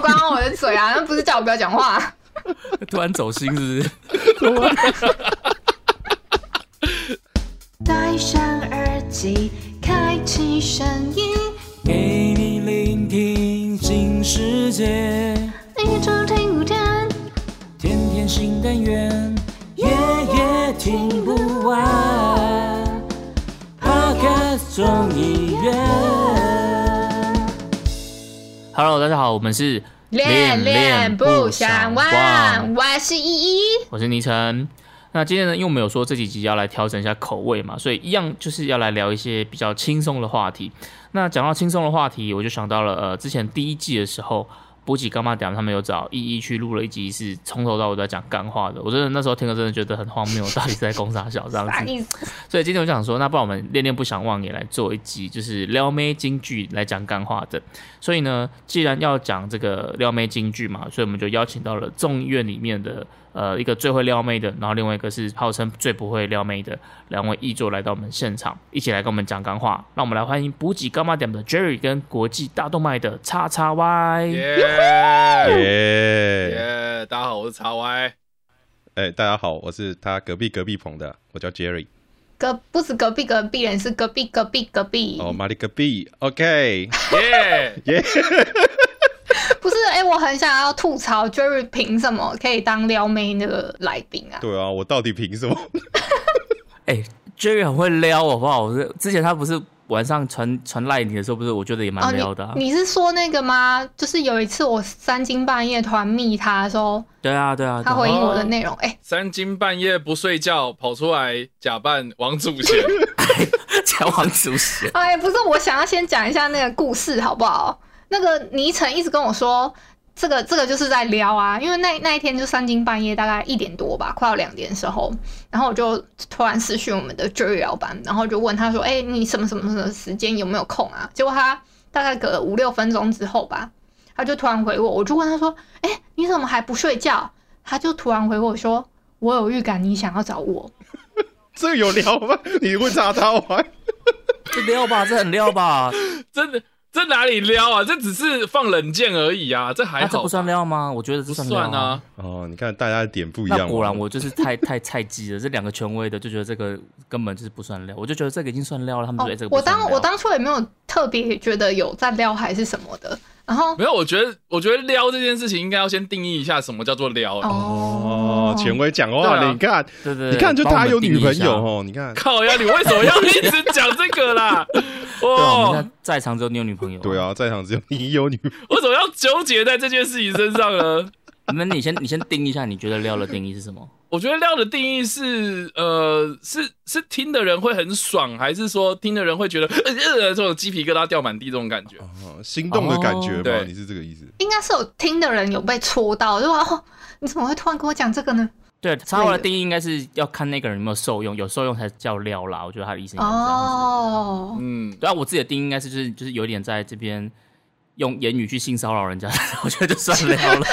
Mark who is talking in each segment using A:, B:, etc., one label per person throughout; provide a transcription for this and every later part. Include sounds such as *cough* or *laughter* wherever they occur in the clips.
A: 喷水啊，那不是叫我不要讲话、 *laughs* 啊。
B: 突然走心是不是？
C: 戴上耳机，开启声音，
B: 给你聆听新世界，
C: 一周听五天，
B: 天天新单元，夜夜听不完。Podcast 众议院。Hello，大家好，我们是
A: 恋恋不想忘，我是依依。
B: 我是倪晨。那今天呢，因为我们有说这几集要来调整一下口味嘛，所以一样就是要来聊一些比较轻松的话题。那讲到轻松的话题，我就想到了呃，之前第一季的时候，波吉干妈点他们有找依依去录了一集，是从头到尾都在讲干话的。我真的那时候听了真的觉得很荒谬，到底是在攻啥小这样
A: 啥
B: 子。
A: 意思？
B: 所以今天我想说，那不然我们恋恋不想忘也来做一集，就是撩妹金句来讲干话的。所以呢，既然要讲这个撩妹金句嘛，所以我们就邀请到了众议院里面的呃一个最会撩妹的，然后另外一个是号称最不会撩妹的两位议座来到我们现场，一起来跟我们讲干话。让我们来欢迎补给干妈点的 Jerry 跟国际大动脉的叉叉 Y。
D: 耶
E: 耶！
D: 耶！大家好，我是叉 Y。
E: 哎，大家好，我是他隔壁隔壁棚的，我叫 Jerry。
A: 隔不是隔壁隔壁人，是隔壁隔壁隔壁。
E: 哦，马里隔壁，OK，
B: *laughs*
D: 耶！
A: 不是，哎、我很想要吐槽 Jerry 凭什么可以当撩妹那个来宾啊？
E: 对啊，我到底凭什么？ *laughs*
B: 哎、j e r r y 很会撩，好不好？我是之前他不是晚上传传赖你的时候，不是我觉得也蛮撩的、啊
A: 哦你，你是说那个吗？就是有一次我三更半夜团密他的时候，
B: 对啊，对啊，对
A: 他
B: 啊
A: 回应我的内容，哎、
D: 三更半夜不睡觉，跑出来假扮王祖贤。
E: *laughs*
B: 讲王祖贤。
A: 哎，不是，我想要先讲一下那个故事，好不好？那个倪晨一直跟我说，这个这个就是在撩啊，因为那那一天就三更半夜，大概一点多吧，快要两点的时候，然后我就突然私讯我们的 Jerry 老板，然后就问他说，哎、你什么什么什么时间有没有空啊？结果他大概隔了五六分钟之后吧，他就突然回我，我就问他说，哎、你怎么还不睡觉？他就突然回我说，我有预感你想要找我。
E: 这有聊吗？ *laughs* 你问他他玩？
B: 这撩吧，这很撩吧？
D: 真的，这哪里撩啊？这只是放冷箭而已啊，这还
B: 啊、这
D: 好
B: 不算撩吗？我觉得这
D: 不
B: 撩
D: 算啊。。
E: 哦，你看大家的点不一样嘛。啊
B: 那果然我就是太太菜鸡了。这两个权威的就觉得这个根本就是不算撩，我就觉得这个已经算撩了。他们
A: 哦
B: 觉得这个不
A: 我
B: 算撩
A: 当我当初也没有特别觉得有在撩还是什么的，然后
D: 没有，我觉得，我觉得撩这件事情应该要先定义一下什么叫做撩、
A: 哦
D: 欸。
E: 哦，权威讲话
D: 对
E: 了，
D: 啊
E: 你看，
B: 对对，对
E: 你看，就
B: 帮我
E: 他
B: 们
E: 有
B: 定
E: 女
B: 义一
E: 朋
B: 下
E: 友。哦，你看，
D: 靠呀！你为什么要一直讲这个啦？
B: *laughs* 对啊，我们
D: 哦
B: 现，在在场只有你有女朋友。
E: 对，啊，在场只有你有女，
D: 为什么要纠结在这件事情身上呢？
B: 那你先你先定义一下，你觉得撩的定义是什么？
D: 我觉得撩的定义是，呃，是是听的人会很爽，还是说听的人会觉得呃呃这种鸡皮疙瘩掉满地这种感觉？
E: 哦心动的感觉
D: 哦
E: 嘛？
D: 对
E: 你是这个意思？
A: 应该是有听的人有被戳到，就说哦，你怎么会突然跟我讲这个呢？
B: 对，啊插花的定义应该是要看那个人有没有受用，有受用才叫撩啦。我觉得他的意思应该是这样子。
A: 哦，
D: 嗯，
B: 对啊，我自己的定义应该是就是就是有点在这边用言语去性骚扰人家， *laughs* 我觉得就算撩了。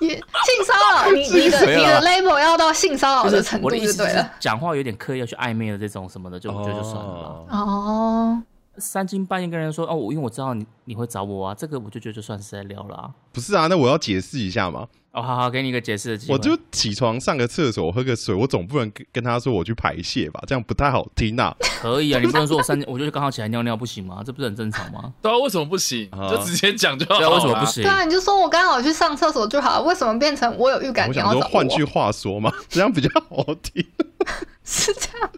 A: 也性骚扰，你
E: *laughs*
A: 你的
B: 没有
A: 你
B: 啦
A: 的 label 要到性骚扰
B: 就
A: 的
B: 是
A: 程度
B: 我的
A: 就
B: 意思，
A: 对了。，
B: 讲话有点刻意要去暧昧的这
D: 哦
B: 种什么的，就我觉得就算了吧。
E: 哦
A: 哦，
B: 三更半夜跟人说哦，我因为我知道你你会找我啊，这个我就觉得就算是在聊了啊。
E: 不是啊，那我要解释一下嘛。
B: 哦，好好，给你一个解释的机会。
E: 我就起床上个厕所，喝个水，我总不能跟跟他说我去排泄吧，这样不太好听啊。
B: 可
D: *laughs*
B: 以啊，你不能说我三更，我就是刚好起来尿尿不行吗？这不是很正常吗？
D: 对啊，为什么不行？
E: 啊
D: 就直接讲就好
B: 对
D: 了。
B: 啊，为什么不？行
A: 对？啊，你就说我刚好去上厕所就好了，为什么变成我有预感
E: 我
A: 你
E: 想
A: 要
E: 说，
A: 找
E: 换句话说嘛， *laughs* 这样比较好听。
A: *laughs* 是这样，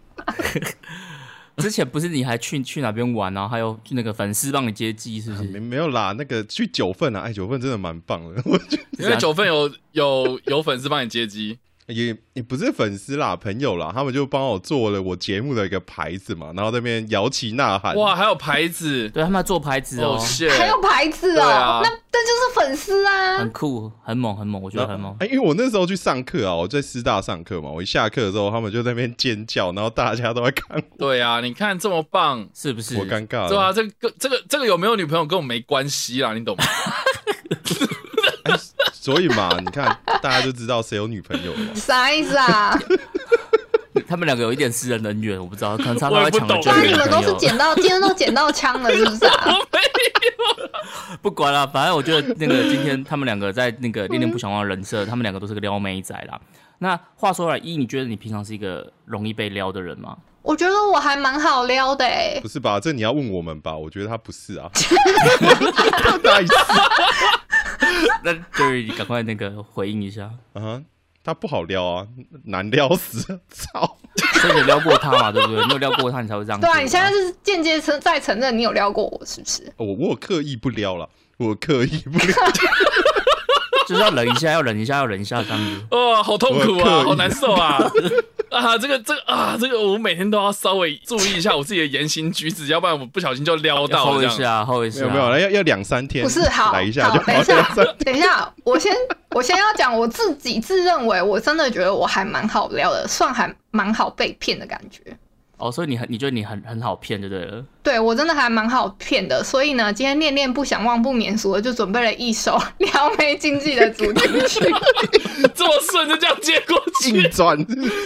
B: 之前不是你还去去哪边玩，然后还有那个粉丝帮你接机，是不
D: 啊
E: 没
B: 是？
E: 没有啦，那个去九份啊，哎，九份真的蛮棒的， *laughs* 我觉
D: 因为九份有有有粉丝帮你接机，
E: 得也也不是粉丝啦，朋友啦，他们就帮我做了我节目的一个牌子嘛，然后在那边摇旗呐喊。
D: 哇，还有牌子，
B: 对他们还做牌子
D: 哦
B: 哦，
A: 还有
D: shit，
A: 牌子
D: 对啊
A: 哦，那那就是粉丝啊
B: 很。酷，很猛，很猛，我觉得
E: 然后
B: 很猛。
D: 哦
E: 哎、因为我那时候去上课啊，我在师大上课嘛，我一下课的时候，他们就在那边尖叫，然后大家都在看
D: 对啊，你看这么棒，
B: 是不是？ *laughs*
E: 我，尴尬了。
D: 对啊，这个这个这个有没有女朋友跟我没关系啦，你懂吗？ *laughs*
E: 所以嘛，你看大家就知道谁有女朋友了嘛。
A: 啥意思啊？
B: *laughs* 他们两个有一点私人恩怨，我不知道，可能常常
D: 我
A: *laughs*
B: 会
D: 也不
B: 抢了就
D: 懂啊
A: 那
B: 有
A: 啊你
B: 女
A: 们
B: 朋
A: 都是
B: 友。
A: 捡到，今天都捡到枪了，是不是啊？
D: 我没有，
B: 不管了，反正我觉得那个今天他们两个在那个恋恋不想忘的人设，他们两个都是个撩妹仔啦。那话说回来，一你觉得你平常是一个容易被撩的人吗？
A: 我觉得我还蛮好撩的哎、
E: 不是吧？这你要问我们吧？我觉得他不是啊。那一次
B: 那 Jerry，你赶快那个回应一下，
E: 啊，他不好撩啊，难撩死， *laughs* 操！
B: 所以你撩过他嘛，对不对？你有撩过他，你才会这
A: *laughs*
B: 样。
A: 对啊，你现在是间接承在承认你有撩过我是不是？
E: 我哦我有刻意不撩了，我刻意不
A: *laughs*
E: 撩，
B: 就是要忍一下，要忍一下，要忍一下这样子。
D: 哦，好痛苦
E: 我刻
D: 啊，
E: 意
D: 好难受啊！啊，这个这个啊，这个我每天都要稍微注意一下我自己的言行举止，要不然我不小心就撩
B: 要
D: 到
B: 后
D: 这
B: 一
D: 样。
B: 下，后一
E: 没
B: 下，
E: 有没有，要要两三
A: 啊
E: 天，
A: 不是，好，
E: 来一下就
A: 好，等一
E: 两
A: 下
E: 三，
A: *laughs* 等一下，我先我先要讲我自己自认为我真的觉得我还蛮好撩的，算还蛮好被骗的感觉。
B: 哦，所以你很，你觉得你很很好骗，就对了。
A: 对我真的还蛮好骗的，所以呢，今天念念不想忘不免俗，我就准备了一首 *laughs* 撩妹经济的主题曲。
D: 这么顺就这样接过去
E: 硬。
D: *laughs*
E: 转。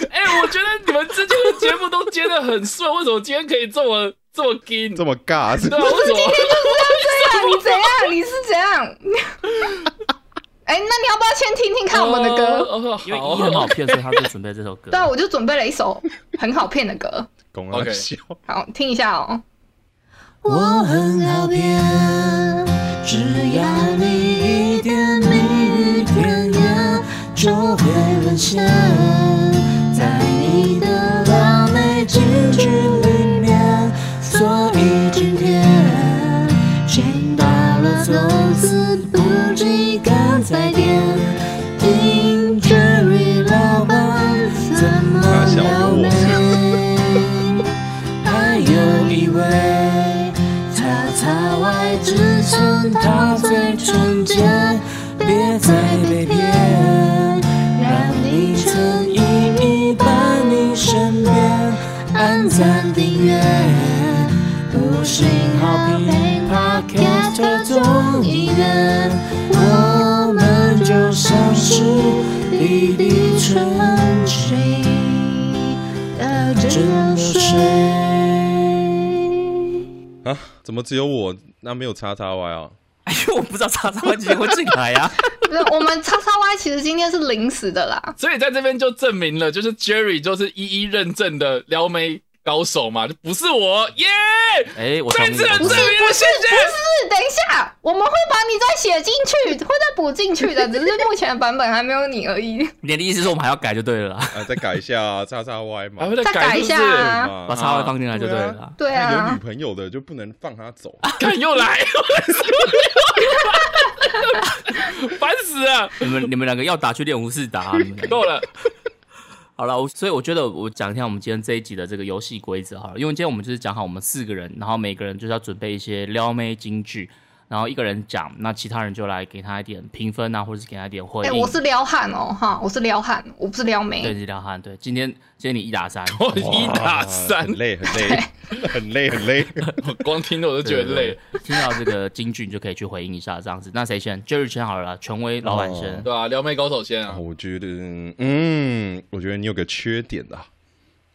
D: 哎、我觉得你们之前的节目都接的很顺，为什么今天可以这么这么硬？
E: 这么尬
A: *laughs*
D: *laughs*
E: 是
D: 对啊，为什么？
A: 对啊，你怎样？你是怎样？ *laughs* 哎、那你要不要先听听看我们的歌？
D: 哦，哦
B: 因为
D: 好
B: 一很好骗，所以他就准备这首歌。
A: 对啊，我就准备了一首很好骗的歌，
E: 公
D: OK
E: 啊笑，
A: 好听一下哦。
C: 我很好骗，只要你一点蜜语甜言，就会沦陷在你的完美结局里面。所以今天请到了走私补给干菜店，听 Jerry 老板怎么撩妹。还有一位，他擦外只剩他最纯洁，别再被骗，让你成一一伴你身边，按赞订阅，五星好评，Podcast 中一员，我们就像是一滴纯情。的真水。
E: 啊，怎么只有我？那没有叉叉 Y 啊？
B: 哎呦，我不知道叉叉会结会进来呀、
A: 不是我们叉叉 Y 其实今天是临时的啦，
D: 所以在这边就证明了，就是 Jerry 就是一一认证的撩妹高手嘛，就不是我耶！
B: 哎，我同
D: 再
B: 意。
D: 次证
B: 我
D: 明
B: 同意
D: 了，谢
A: 不
D: 谢。
A: 是，等一下，我们会把你再写进去，会再补进去的，只是目前的版本还没有你而
E: *laughs*
A: 已。
B: 你的意思是我们还要改就对了啦，
E: 啊，再改一下啊叉叉 Y 嘛
D: *laughs* 还。会再
A: 再改
D: 改
A: 一
D: 是不
A: 下
D: 是？
A: 啊，
B: 把叉 Y 放进来就对了啦。
A: 对
E: 那有
A: 啊
E: 女，朋友的就不能放他
A: *laughs*
E: 走，
D: *laughs* 敢又来， *laughs* 烦死了！
B: 你们你们两个要打去练武士打、啊，你们两个
D: 够了，
B: *laughs* 好了，我所以我觉得我讲一下我们今天这一集的这个游戏规则好了，因为今天我们就是讲好我们四个人，然后每个人就是要准备一些撩妹金句，然后一个人讲，那其他人就来给他一点评分啊，或者是给他一点回
A: 哎、
B: 应。
A: 我是撩汉哦，哈，我是撩汉，我不是撩妹。
B: 对，是撩汉。对，今天今天你一打三，
D: 我一打
E: 啊
D: 三
E: 很，累很累很累很累。 *laughs*
D: 我光听着我都觉得
B: 对
D: 累，。
B: 对对听到这个金句，你就可以去回应一下这样子。那谁先？Jerry 先好了啦，权威老板先。
E: 哦
D: 对吧、撩妹高手先
E: 啊
D: 啊，
E: 我觉得，嗯，我觉得你有个缺点的、啊。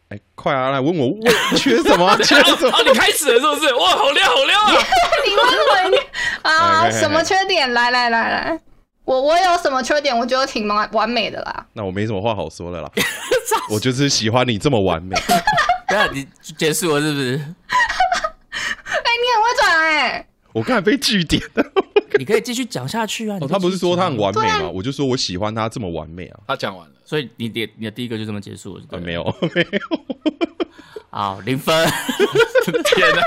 E: 哎，快啊，来问我问 *laughs* 缺什么啊？缺什么？
D: 哦，你开始了是不是？哇，好撩好撩啊！
A: *laughs*
B: *laughs*
A: 你问我啊，
E: *laughs* 哎哎哎
A: 什么缺点？来来来来，我我有什么缺点？我觉得挺完完美的啦。
E: 那我没什么话好说
A: *laughs*
E: 的啦。我就是喜欢你这么完美。
B: 等一下啊你结束了是不是？
A: 哎、你很会转哎、
E: 我刚才被据点了、
B: 你可以继续讲下去啊。你
E: 哦
B: 可以
E: 他不是
B: 继续
E: 说
B: 讲
E: 他很完美吗？啊我就说我喜欢他这么完美啊。
D: 他讲完了，
B: 所以你的你的第一个就这么结束了，对不
E: 啊，
B: 对
E: 没有没有，啊
B: 好，零分，
E: *laughs*
D: 天哪、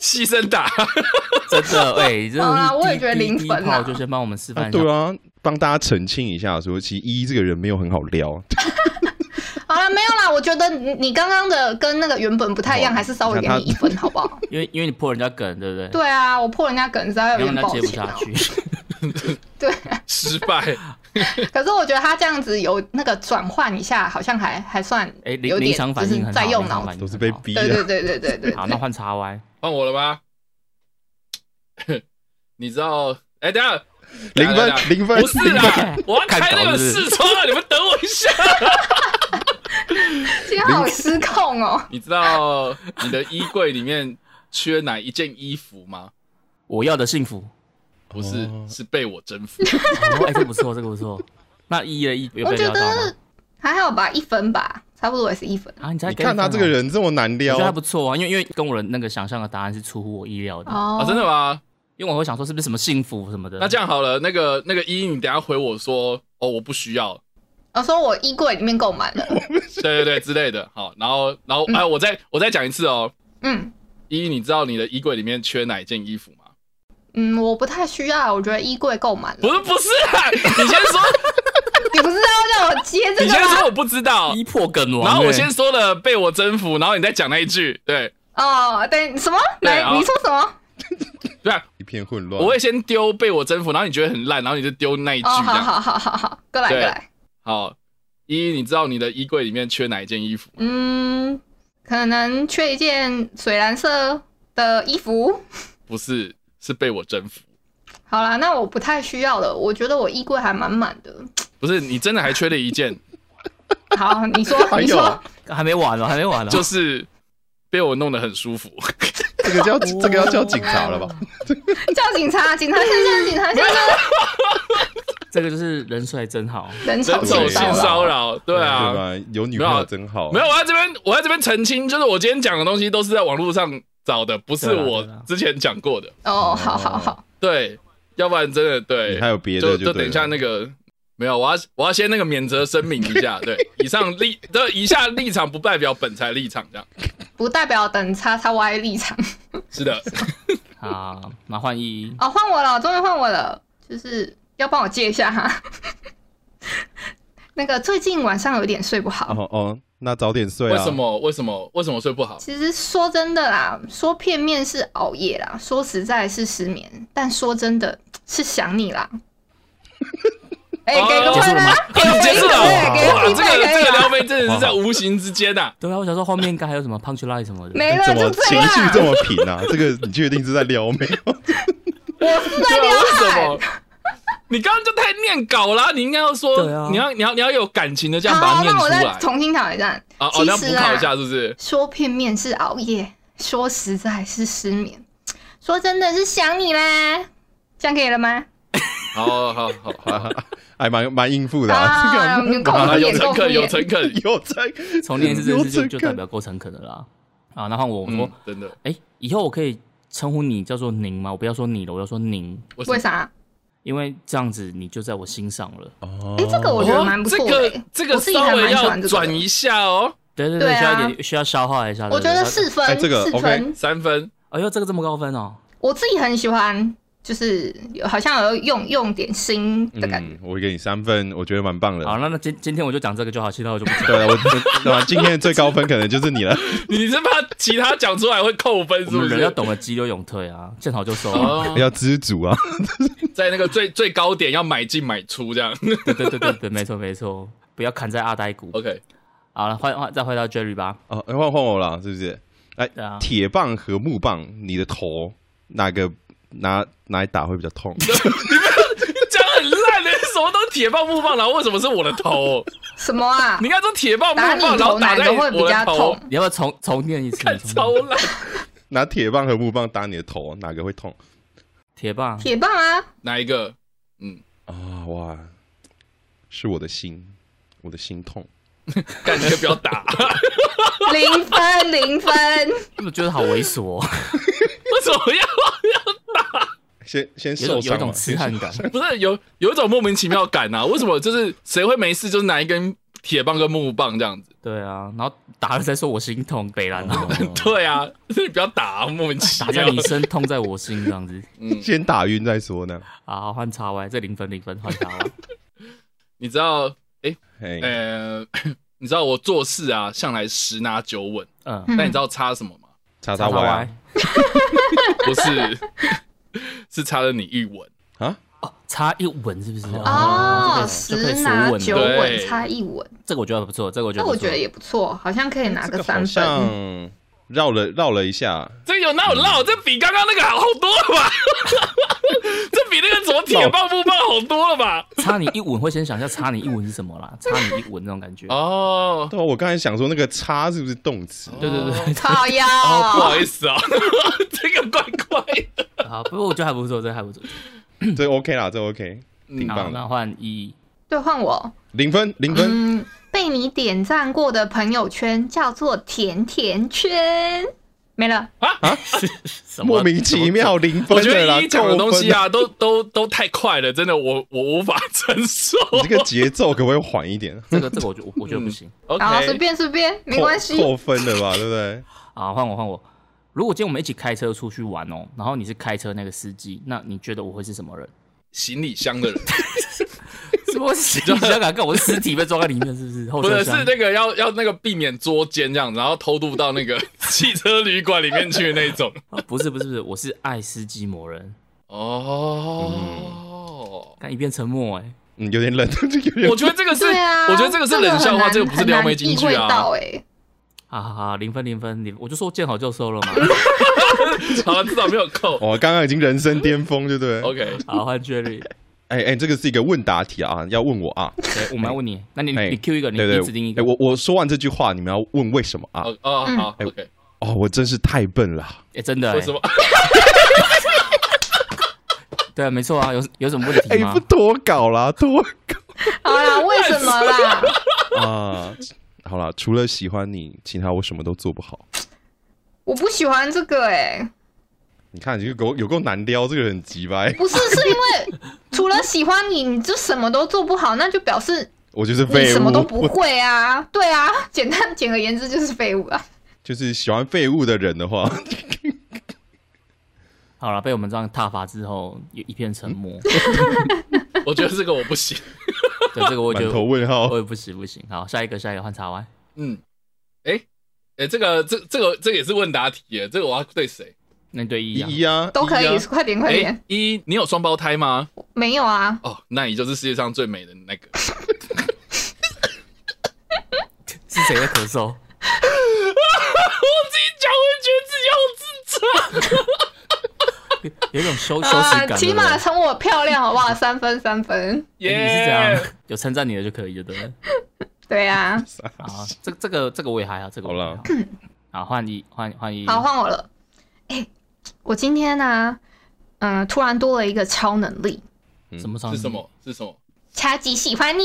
D: 牺牲打， *laughs*
B: 真的，哎、欸，真的是
A: 好啦我也
B: 第
A: 觉得
B: 第
A: 零
B: 第一
A: 分啊
B: 炮就先帮我们示范
E: *laughs* 啊
B: 一下，
E: 对啊，帮大家澄清一下说其实依依这个人没有很好撩，
A: 好了，没有啦，我觉得你你刚刚的跟那个原本不太一样，
E: 哦
A: 还是稍微给
E: 你看
A: 你
E: 他
A: 一分好不好？
B: 因为因为你破人家梗，对不对？，
A: 对啊，我破人家梗实在有
B: 让人
A: 点
B: 家
A: 抱
B: 接不
A: 歉
B: 下
A: 啊。
B: 去。
A: 对，
D: 失败。
A: 可是我觉得他这样子有那个转换一下，好像还还算
B: *laughs* 哎、
A: 有
B: 临临
A: 点
B: 场
A: 就
B: 反应
A: 是
B: 很好，
A: 在用
B: 临场
A: 脑
B: 反
A: 子。
B: 应
E: 都是
B: 很
E: 被
B: 好。
E: 逼
A: 对对
E: 的。
A: 对对对对，
B: 好，那换叉 Y，
D: 换我了吗？ *laughs* 你知道？哎、等一下
E: 零
D: 等一
E: 分
D: 下等一下
E: 零分
D: 不是啦，我要开那
B: 看稿
D: 个
B: 是不是
D: 视窗啊！你们等我一下。 *laughs*
A: 今天好失控哦。
D: 你知道你的衣柜里面缺哪一件衣服吗？
B: 我要的幸福。
D: 不是
B: 哦
D: 是被我征服。
B: 哦，哎，这不错，这个不错。那一的一有
A: 我
B: 被
A: 觉
B: 撩到吗
A: 得？还好吧，一分吧，差不多也是一分。
B: 啊，你才
E: 你
B: 给我
E: 看他
B: 分
E: 这个
B: 哦，
E: 人这么难
B: 我觉得还
E: 撩，
B: 不错啊，因为因为跟我的那个想象的答案是出乎我意料的，
A: 哦
D: 啊，真的吗？
B: 因为我会想说是不是什么幸福什么的。
D: 那这样好了，那个那个一，你等一下回我说，哦，我不需要， *laughs*
A: 我说哦我衣柜里面够满
B: *laughs*
A: 了，
D: 对对对之类的。好，然后然后哎、我再我再讲一次哦，
A: 嗯
D: 一，你知道你的衣柜里面缺哪一件衣服吗？
A: 嗯，我不太需要，我觉得衣柜够满了。
D: 不是不是啊，你先
A: *laughs*
D: 说，
A: 你不是要让我接这
D: 你
A: 个
D: 先
A: 吗？
D: 说我不知道，
B: 逼迫梗王欸。
D: 然后我先说了被我征服，然后你再讲那一句，对
A: 哦，对，什么？
D: 对
A: 来，
D: 好
A: 你说什么？
D: 对啊，
E: 一片混乱。
D: 我会先丢被我征服，然后你觉得很烂，然后你就丢那一句
A: 哦，
D: 这
A: 好
D: 样。
A: 好好好好，过来过
D: 对
A: 来，
D: 好，一，你知道你的衣柜里面缺哪一件衣服？
A: 嗯，可能缺一件水蓝色的衣服。
D: 不是，是被我征服。
A: 好啦，那我不太需要了，我觉得我衣柜还满满的。
D: 不是，你真的还缺了一
A: *laughs*
D: 件，
A: 好，你说，
E: 还
A: 你
E: 有
A: 说
E: 啊，
B: 还没完哦，还没完哦。
D: 就是被我弄得很舒服。
E: 这个叫这个要叫警察了吧？
A: 叫警察，警察先生，警察先生，
B: 这个就是人帅真好，
A: 人
D: 这
A: 丑
D: *laughs* 种
A: 性骚扰。
D: 性骚扰，对
E: 对
D: 啊，
E: 吧？有女朋友真好。
D: 没有，我在这边，我在这边澄清，就是我今天讲的东西都是在网络上找的，不是
B: 对啦
D: 我
B: 对
E: 啊
B: 啦
D: 之前讲过的。
A: 哦，好好好，
D: 对，要不然真的对
E: 你还，有别的
D: 就
E: 就
D: 就
E: 对
D: 等一下
E: 了
D: 那个。没有，我要我要先那个免责声明一
E: *laughs*
D: 下，对，以上立的以下立场不代表本台立场，这样
A: 不代表等叉叉 Y 立场。
D: 是的，
B: 啊，麻烦一
A: 哦，换我了，终于换我了，就是要帮我接一下哈。 *laughs* 那个最近晚上有点睡不好，
E: 哦哦，那早点睡啊。
D: 为什？么为什么为什么睡
E: *laughs*
D: 不好？
A: 其实说真的啦，说片面是熬夜啦，说实在是失眠，但说真的是想你
D: *laughs*
A: 啦。哎、
D: 哦
A: 给个
D: 结束
A: 分
D: 了
A: 啊
D: 吗！
A: 给
E: 哎
A: 个
D: 哦结束了，
A: feedback，给
D: 哇，
A: 个
D: 这个
A: feedback 可
D: 这
A: 以
D: 个
A: 吧
D: *laughs* 撩妹真的是在无形之间呐，
B: 对啊，我想说后面应该还有什么 punch line 什么的。
A: 没了，
E: 怎么
A: 就这
E: 情
A: 样。
E: 绪这么平啊？这个你确定是在撩妹吗？
A: 我是在
D: 对啊，
A: 撩
D: 为什
A: 汉
D: 么？你刚刚就太念稿啦，你应该要说
B: 对啊，
D: 你要你要你要有感情的 *laughs* 这样把它
A: 好，
D: 念
A: 那
D: 出
A: 我
D: 来
A: 再重新考一下。
D: 啊哦，
A: 其
D: 你要补
A: 实
D: 考
A: 啊
D: 一，下是不是？
A: 说片面是熬夜，说实在是失眠，说真的是想你啦。这样可以了吗？
D: 好好好好好好，
E: 还蛮蛮应付的啊。这
A: 啊，
E: 个
A: 你够敷
D: 好有
A: 衍，够
D: 诚
A: 敷
D: 恳有
A: 衍。
D: 诚恳，
E: *laughs* 有在
B: *laughs* 从练一次这件事就就
E: 有这个
B: 代表够诚恳的啦。啊，那换我，我说
D: 嗯，，真的，
B: 哎、以后我可以称呼你叫做您吗？我不要说你了，我要说您，
D: 为什
A: 为
D: 么？
A: 啥？
B: 因为这样子你就在我心上了。
E: 哦
A: 哎，这个我觉得蛮不
D: 哦这
A: 错
D: 个
A: 的。
D: 这个
A: 我自己
D: 稍
A: 还
D: 微
A: 蛮喜
D: 要
A: 欢这个
D: 转
A: 的。
D: 一下哦，
B: 对对
A: 对
B: 需
A: 啊
B: 要一点需要消化一下。
A: 我觉得
B: 对对对
A: 四分
E: 哎，这个
A: 四
E: OK
A: 分，
D: 三分
B: 哎呦，这个这么高分哦，
A: 我自己很喜欢，就是有好像有用用点心的感觉。
E: 嗯，我给你三分，我觉得蛮棒的。
B: 好，那那今今天我就讲这个就好，其他我就不讲。
E: 对了，啊
B: *laughs*
E: 我对吧？今天的最高分可能就是你了。
D: 你是怕其他讲出来会扣分
B: 我
D: 是不
B: 们人要
D: 是？
B: 懂得急流勇退啊，见好就收。
D: 哦，
E: 要知足啊！
D: 在那个最最高点要买进买出这样
B: 对对对对对，没错没错，不要砍在阿呆股。
D: ，OK。
B: 好了，换换再回到 Jerry 吧。
E: 哦，哎换换我了，是不是？哎
B: 对啊，
E: 铁棒和木棒，你的头哪个拿拿来打会比较痛？ *laughs*
D: 讲很烂的、什么都是铁棒木棒，然后为什么是我的头？
A: 什么啊
D: *laughs* 你？应该说铁棒木
A: 打你
D: 棒，然后
A: 头
D: 打
A: 哪
D: 在
A: 个
D: 我
A: 会比
D: 的
A: 较
D: 头
A: *laughs* 痛，？
B: 你要不要重重念一次？重念
D: *laughs* 超烂。
E: 拿铁棒和木棒打你的头，哪个会痛？
B: 铁棒，
A: 铁棒啊！
D: 哪一个？
E: 啊、哇，是我的心，我的心痛。
D: 干你就不要打，
A: 零分，零分。
B: 我觉得好猥琐哦，
E: *laughs*
D: *laughs* 为什么要
E: 先先
B: 有一种
E: 受
B: 有一
E: 伤
B: 种
E: 嘛，
B: 痴汉感。
D: 要？不是有有一种莫名其妙感啊？为什么就是谁会没事就是拿一根铁棒跟木棒这样子？
B: 对啊，然后打了再说我心痛，北兰啊，
E: 哦
D: *laughs* 对啊，你不要打、啊，莫名其
B: 打在
D: 妙 *laughs* 嗯
B: 你。身，痛在我心，这样子。
E: 先打晕再说呢。
B: 好，换叉 Y，这零分零分换叉
E: *laughs*
B: Y。
D: 你知道，
E: 嘿，
D: 呃， *laughs* 你知道我做事啊，向来十拿九稳，
B: 嗯，
A: 嗯
D: 但你知道差什么吗？
E: 叉
B: 叉
E: 叉 Y 啊
B: Y
D: 不是， *laughs* 是差了你一吻。
B: 哦，差一吻是不是？
A: 哦，
B: 就可
A: 十
B: 以数
A: 拿
B: 吻
A: 九
B: 了。
D: 对
A: 稳差一稳，
B: 这个我觉得不错，这个我觉
A: 那
B: 得不
A: 我
B: 错
A: 觉得也不错，好像可以拿
E: 哎这个好
A: 三分。
E: 像绕了绕了一下，
D: 这有哪有绕？这比刚刚那个好好多了吧？ *laughs* 这比那个什么铁棒木棒好多了吧？
B: 差你一吻会先想一下差你一吻是什么
A: *laughs*
B: 啦，差你一吻那种感觉。
D: 哦，
E: 对啊，我刚才想说那个叉是不
B: 哦
E: 是动词？
A: 嗯
B: 对对对，
D: *laughs* 哦
A: 靠腰，
D: 哦，不好意思啊，这个怪怪的。
B: 好好，不过我觉得还不错，这还不错。
E: 这 OK 啦，这 OK，挺
B: 嗯好，
E: 棒的，
B: 那换一，
A: 对，换我。
E: 零分零分。
A: 嗯，被你点赞过的朋友圈叫做甜甜圈，没了。
B: 什么
E: *laughs* 莫名其妙零
D: 我
E: 分
D: 觉
E: 的啦
D: 得，你讲的东西
E: 扣
D: 啊，都都都太快了，真的，我我无法承受。
E: 分啊，你这个节奏可不可以缓一点？
B: 这个这个我觉得我觉得不行。
A: 然后随
D: *laughs* OK，
A: 便随便，没关系。
E: 扣扣分了吧，对不对？
B: 啊，换我换我。如果今天我们一起开车出去玩哦，然后你是开车那个司机，那你觉得我会是什么人？
D: 行李箱 *laughs* 的人
B: 什么司机？你想敢看我是尸体被装在里面是不是？后
D: 不
B: 车
D: 是
B: 厢
D: 是那个要要那个避免捉奸这样，然后偷渡到那个 *laughs* 汽车旅馆里面去那种。
B: 啊不是不是不是，我是爱斯基摩人。
D: 哦，
B: 看一片沉默哎、
E: 嗯，有点冷， *laughs* 有点
D: 我觉得这个是，
A: 对啊，
D: 我觉得这个是冷笑话，这个不是撩妹金
A: 进
D: 句啊。
A: 哎，
D: *laughs*
B: 哈哈哈，零分零分零，我就说见好就收了嘛。
D: *laughs* 好了，至少没有
E: *laughs*
D: 扣。
E: 哦，刚刚已经人生巅峰，对不对？
D: OK，
B: 好，换 Jerry，
E: 哎哎，这个是一个问答题啊，要问我啊，
B: 对我们要问你，那你
E: 哎
B: 你 Q 一个，你
E: 对
B: 你指定一，个
E: 对哎，。我我说完这句话，你们要问为什么啊？
D: 哦哦
A: 嗯
D: 好，OK，
E: 哦，我真是太笨了，
B: 哎，真的哎
D: 为，什么？ *laughs*
B: 对，没错啊，有有什么问
E: 哎
B: 题，吗
E: 不？脱稿啦，脱
A: 好啦，为什么
D: *laughs*
A: 啦？
E: *laughs* 啊，好啦，除了喜欢你，其他我什么都做不好。
A: 我不喜欢这个哎，
E: 你看，这个狗有够难撩，这个人很急掰，
A: 不是是
D: *laughs*
A: 因为除了喜欢你，你就什么都做不好，那就表示
E: 我就是
A: 你
E: 废物，
A: 什么都不
E: 我
A: 会啊。对啊，简单简而言之就是废物啊。
E: 就是喜欢废物的人的话，
B: 好了，被我们这样踏伐之后，有一片沉
E: *laughs*
B: 默。
D: 我觉得这个我不行。
B: 对，这个我觉
E: 满
B: 得
E: 头问号
B: 我。也不行不行。好，下一个下一个换茶湾。
D: 嗯，哎哎，这个这这个这个也是问答题耶，这个我要对谁？
B: 那你对一啊，
E: 一啊，
A: 都可
E: 一
A: 以
E: 啊，
A: 快点快
D: 哎
A: 点。，
D: 一，你有双胞胎吗？
A: 没有啊，
D: 哦，那你就是世界上最美的那个。 *laughs*
B: 是谁在咳
A: *laughs*
B: 嗽？
D: 自己讲，我会觉得自己好智障。
B: 有一种羞羞耻
A: 啊
B: 感，的。
A: 起码称我漂亮好不好？三分三分，
B: 哎你是这样，有称赞你的就可以，就对了。
A: 对啊。
B: 啊，这这个这个我也还好，这个我也还好。好，换一换换
D: 嗯
B: 一。
A: 好，换我了。哎、我今天呢、嗯、突然多了一个超能力，
B: 什么
D: 是
B: 是
D: 什？么？是什么？
A: 超级喜欢你。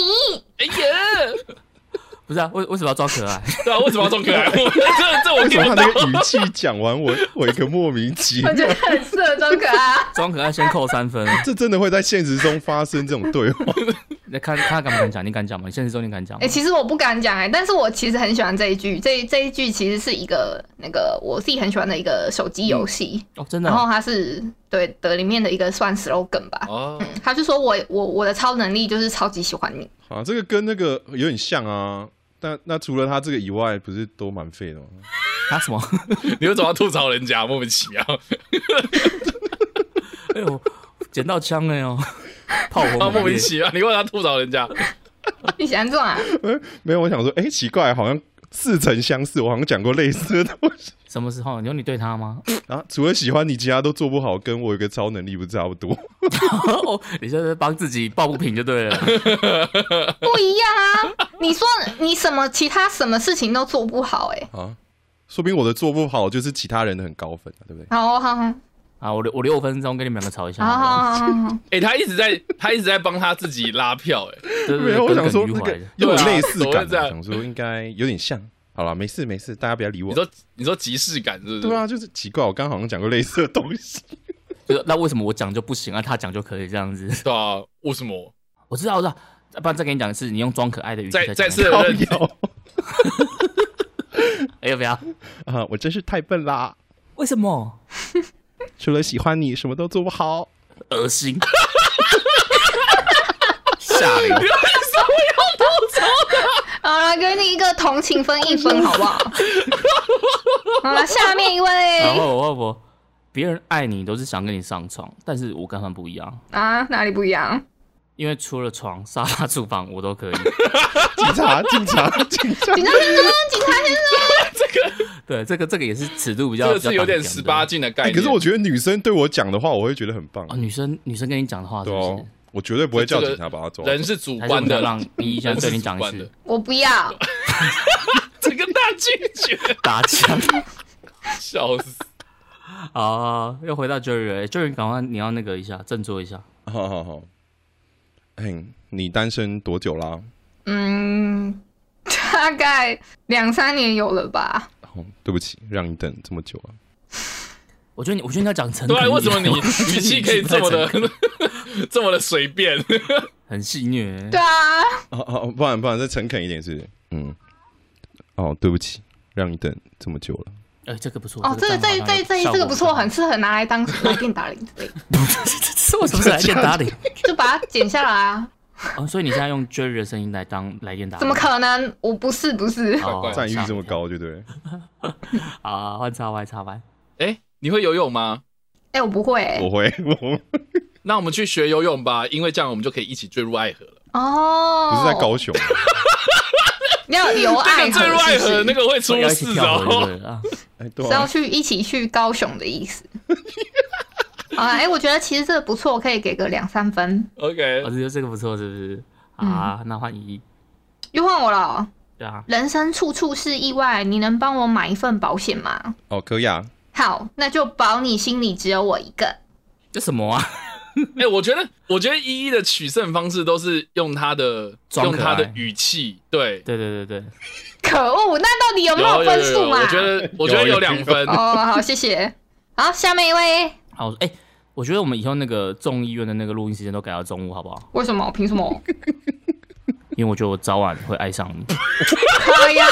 D: 哎呀，
B: 不是啊，为为什么要装可爱？
D: *laughs*
B: *laughs*
D: 对啊，为什么要装
A: *laughs*
D: 可爱？我这这我
E: 为
D: 听
E: 什么
D: 不
E: 他
D: 到
E: 那。个语气讲完，我 *laughs* 我一个莫名其
A: 我
E: 妙，
A: 觉得很适合装可爱 *laughs* 啊。
B: 装可爱先扣三分。
E: 这真的会在现实中发生这种
B: *laughs*
E: 对话？
B: 那看看他敢不敢讲？你敢讲吗？你现实中你敢讲
A: 哎、
B: 吗？
A: 其实我不敢讲哎、但是我其实很喜欢这一句。这这一句其实是一个那个我自己很喜欢的一个手机游戏，
B: 哦，真的
A: 然
B: 哦
A: 后它是对的里面的一个算 slogan 吧。
D: 哦，
A: 他就说我我我的超能力就是超级喜欢你。 *laughs*
E: 啊，这个跟那个有点像啊。但那除了他这个以外，不是都蛮废的吗？
B: 啊什么？ *laughs*
D: 你为什么要吐槽人家？莫名其妙。哦
B: 哎呦，捡到枪了哟！炮火
D: 啊，
B: 猛烈
D: 莫名其妙，你为啥吐槽人家？
A: 你喜欢这种啊？
E: 没有，我想说，哎、奇怪，好像似曾相识，我好像讲过类似的东西
B: 什么时候？有你对他吗？ *laughs*
E: 啊。除了喜欢你，其他都做不好，跟我有个超能力不是差不多？
B: 哦，你现在在帮自己抱不平就对了。
A: 不一样啊！你说你什么其他什么事情都做不好哎、
D: 啊
E: 说明我的做不好就是其他人的很高分啊，对不对？
A: 好好好
B: 啊，我留我六分钟跟你们两个吵一下。
A: 好好好好。
D: 哎，他一直在，他一直在帮他自己拉票。哎，
B: 对对
E: 没有，
B: 对
E: 我
B: 耿
E: 想说
B: 耿于
E: 那
B: 怀
E: 个
B: 的
E: 有
D: 对啊
E: 类似
D: 怎么
E: 感、
D: 会这
E: 啊，
D: 样
E: 想说应该有点像。好了，没事没事，大家不要理
D: 你
E: 我。
D: 说你说即视感是不是？
E: 对啊，就是奇怪，我刚刚好像讲过类似的东西。
B: 就是那为什么我讲就不行啊？他讲就可以这样子？ *laughs*
D: 对啊，为什么？
B: 我知道，我知道。不然再跟你讲一次，你用装可爱的语气
D: 再
B: 讲
D: 再
B: 一
D: 次
B: 次
D: 的认
E: 有
B: 哎，要不要？
E: *laughs* 啊，我真是太笨啦！
B: 为什么？
E: 除了喜欢你，什么都做不好。
B: 恶 *laughs* 心。下流。
A: 好了，给你一个同情分一分，好不 *laughs* 好？好了，下面一
B: 然
A: 位
B: 后我我别人爱你都是想跟你上床，但是我跟他们不一样，
A: 啊，哪里不一样？
B: 因为除了床、沙发、厨房我都
D: *laughs*
B: 可以。
E: 警察，警察，警察！
A: 警察先生，警察先生，
B: 对，这个这个也是尺度比
D: *laughs*
B: 较，
D: 这个
B: 比较
D: 是有点
B: 大的
D: 十八禁的概
E: 哎，
D: 念。
E: 可是我觉得女生对我讲的话，我会觉得很棒
B: 啊，。女生女生跟你讲的话是
E: 对
B: 不
E: 哦
B: 是？，
E: 我绝对不会叫
D: 这个
E: 警察把他抓走。
D: 人是主
B: 还是我
D: 观
B: 们
D: 的， *laughs*
B: 让一一先对你讲一
D: 人是主
B: 次
D: 观
A: 我不要。
D: 的，整个大拒绝，
B: *laughs* 打枪。
D: *laughs* 笑死。
B: 啊，又回到 Jerry，Jerry 赶快你要那个一下，振作一下。
E: 好好好。 *laughs* 哎，你单身多久啦？
A: 嗯，大概两三年有了吧。
E: 哦，对不起，让你等这么久啊了。
B: 我觉得你，我觉得你要讲诚恳
D: 对
B: 一
D: 啊，
B: 点。
D: 为什么你
B: *laughs* 我觉得
D: 语气可以这么的
E: *laughs*
B: 不太诚恳
D: *laughs* 这么的随便？
B: 很戏虐？
A: 对啊，
E: 哦哦，不然不然，再诚恳一点是不是，嗯，哦，对不起，让你等这么久了。
B: 哎，这个不错。
A: 哦，这个
B: 账号
A: 这
B: 好像
A: 这
B: 有
A: 这
B: 效
A: 这个
B: 果
A: 不错，很适合拿来当来电打铃之类的，
B: 这为什么是来电
D: *laughs*
B: 打铃？
A: 就把它剪下来啊。
B: 哦，所以你现在用 Jerry 的声音来当来电打铃？
A: 怎么可能？我不是不
B: *laughs*
A: 是，
B: 哦？
E: 赞誉
B: 吓我
E: 这么
B: 一跳
E: 高，对不对？
B: 啊？换叉 Y 叉 Y，
D: 哎，你会游泳吗？
A: 哎、我不会、
E: 我会， *laughs* 我
D: 那我们去学游泳吧，因为这样我们就可以一起坠入爱河了。
A: 哦，
E: 不是在高雄，
A: 你要游
D: 那
A: 爱
D: 个
A: 河
D: 坠入爱
A: 是不
D: 河
A: 是，
D: 那个会出
B: 要一起
D: 事
B: 跳河就
D: 哦。
B: 对了啊！
E: 哎，对
A: 是要
E: 啊，
A: 去一起去高雄的意思。好啦，哎、我觉得其实这个不错，可以给个两三分。
D: *laughs* OK，
B: 我觉哦得这个不错，是不是？啊，
D: 嗯
B: 那换一，
A: 又换我了哦，
B: 对啊，
A: 人生处处是意外，你能帮我买一份保险吗？
E: 哦，可以啊，
A: 好，那就保你心里只有我一个。
B: 这什么啊？ *laughs*
D: 哎、我觉得，我觉得依依的取胜方式都是用她的
B: 装
D: 用
B: 可爱
D: 她的语气，对，
B: 对对对对，
A: 可恶，那到底有没
D: 有
A: 分
D: 有
A: 数
D: 有，
A: 嘛？
D: 我觉得我觉得
E: 有
D: 有两分，
A: 哦，好，谢谢。好，下面一位，
B: 好，哎，我觉得我们以后那个众议院的那个录音时间都改到中午，好不好？
A: 为什么？凭什么？
B: 因为我觉得我早晚会爱上你。
A: 哎呀，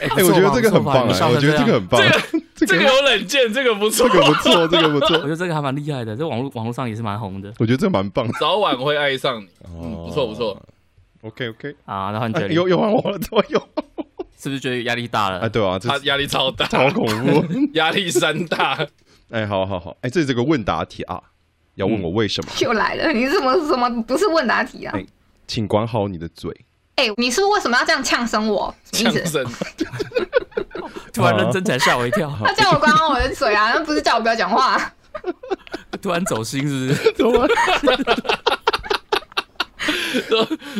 A: *laughs*
B: 哎，
E: 哎，我觉得这个很棒，
B: 不错吧
E: 哎，我觉得这个，很棒， *laughs* 这
D: 这个有冷箭，这个不错
E: 这，个不错，这个不
D: *laughs*
B: 你笑成这样我觉
E: 错，
B: 得这个还蛮厉害的，在网络网络上也是蛮红的
E: 我觉得这蛮棒的。
D: 早晚会爱上你，
E: 哦
D: 嗯不错不错。
E: OK OK，
B: 啊。那换
E: 哎
B: Jerry，
E: 又又换我了，怎么又？
B: 是不是觉得压力大
D: 呃
E: 哎，
B: 了？
E: 对啊，这
D: 她压力超大，
E: 好恐怖。
D: 压力山大。
E: 哎，好好好，哎，这是个问答题啊，要问我为什么？
A: 又来了，你怎么怎么不是问答题啊？
E: 哎请管好你的嘴。 *laughs*
A: 哎、你是不是为什么要这样呛声我？什么
D: 呛
A: 意思？
D: 声，
B: 突然认真起来吓我一跳，
A: 他叫我管好我的嘴啊，那 *laughs* 不是叫我不要讲话、
B: 突然走心是不是？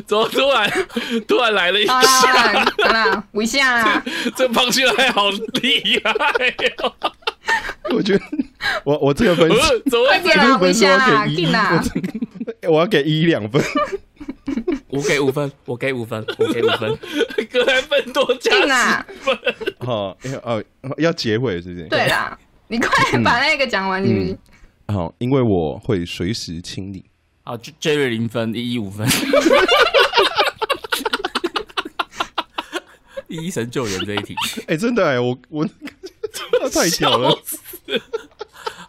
D: 怎么突然突然来了一
A: 好啦好
D: 下？
A: 啦好啦，啊我一下
D: *laughs*
A: 啦，
D: 这胖起来好厉害哦！
E: 我觉得我我这个分数，
D: 怎么
A: 快点啦，我一
D: 会这
E: 这个分数
A: 下
E: 要
A: 啦，
E: 给一
A: 进，啦
E: 我，这个 *laughs* 我要给一两分。
B: 我给五分，我给五分，我给五分。
D: 样？格莱芬多加
A: 进啦，
D: 十分。
E: 好，要哦要结尾是不是？
A: 对啦，你快
D: 嗯
A: 点把那个讲完，是不是？
E: 好，因为我会随时清理。
B: 好，J-，Jerry 零分，一一五分。医生救援这一题，
E: 哎、真的哎、我我太屌了！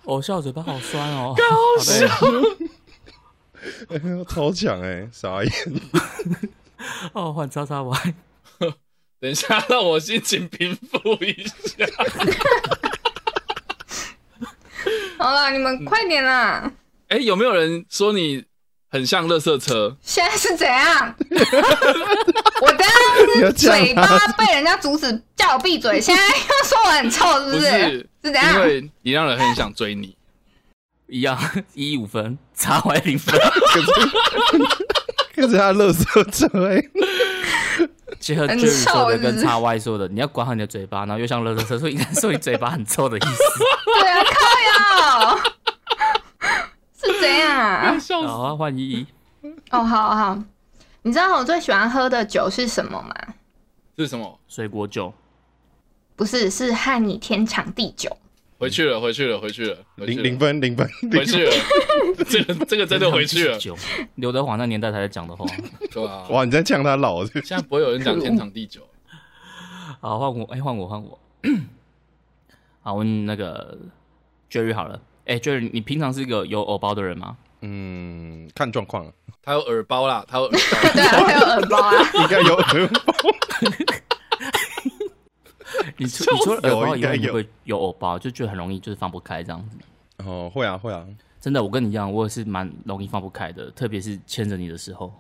B: 我、笑嘴巴好酸哦，
D: 好笑
B: 好累
E: 哎呦超强哎、傻眼！ *laughs*
B: 哦，换叉叉 Y，
D: 等一下，让我心情平复一下。
A: 好啦，你们快点啦！
D: 哎、有没有人说你很像垃圾车？
A: 现在是怎 *laughs* 样？我等
E: 你要
A: 下
E: 这样
A: 嘴巴被人家阻止，叫我闭嘴，现在又说我很臭，是
D: 不
A: 是？
D: 是，
A: 怎
D: 因
A: 样？
D: 为你让人很想追你。
B: 一样一一五分，叉 Y 零分，
E: 可是可是他乐色车哎、
B: 结合
A: 很
B: Jerry 说的
A: 臭是
B: 跟
A: 不是
B: 叉 Y 说的，你要管好你的嘴巴，然后又像乐乐车，所以应该说你 *laughs* 嘴巴很臭的意思。
A: 对啊，靠呀！是怎样啊？ *laughs*
D: 笑
B: 然！后换一一，
A: 哦，好好，你知道我最喜欢喝的酒是什么吗？
D: 是什么？
B: 水果酒，
A: 不是，是和你天长地久。
D: 回去了，回去了，回去了，回去
E: 零
D: 了
E: 零，分零分
D: 回
E: 零
D: 去
E: 分！
D: 了。这个这个真的回去了，
B: 酒，
E: *laughs*
B: 刘德华那年代才在讲的话。
D: *laughs* 对啊吧？
E: 哇，你在呛他老是不是
D: 现在不会有人讲天长地久。
B: 好，换我，哎、换我，换我。 *coughs* 好，问那个 Jerry 好了。哎、j e r r y 你平常是一个有偶包的人吗？
E: 嗯，看状况啊，
D: 他有耳包啦，他有耳包。
A: 对啊，会有耳包啊。
E: 应该有 *laughs*
B: 你
E: *laughs*
B: 除你除了
E: 有
B: 耳包以外，
E: 应
B: 你
E: 该
B: 会不会有偶包？就觉得很容易就是放不开这样子。
E: 哦，会啊会啊，
B: 真的，我跟你一样，我也是蛮容易放不开的，特别是牵着你的时候。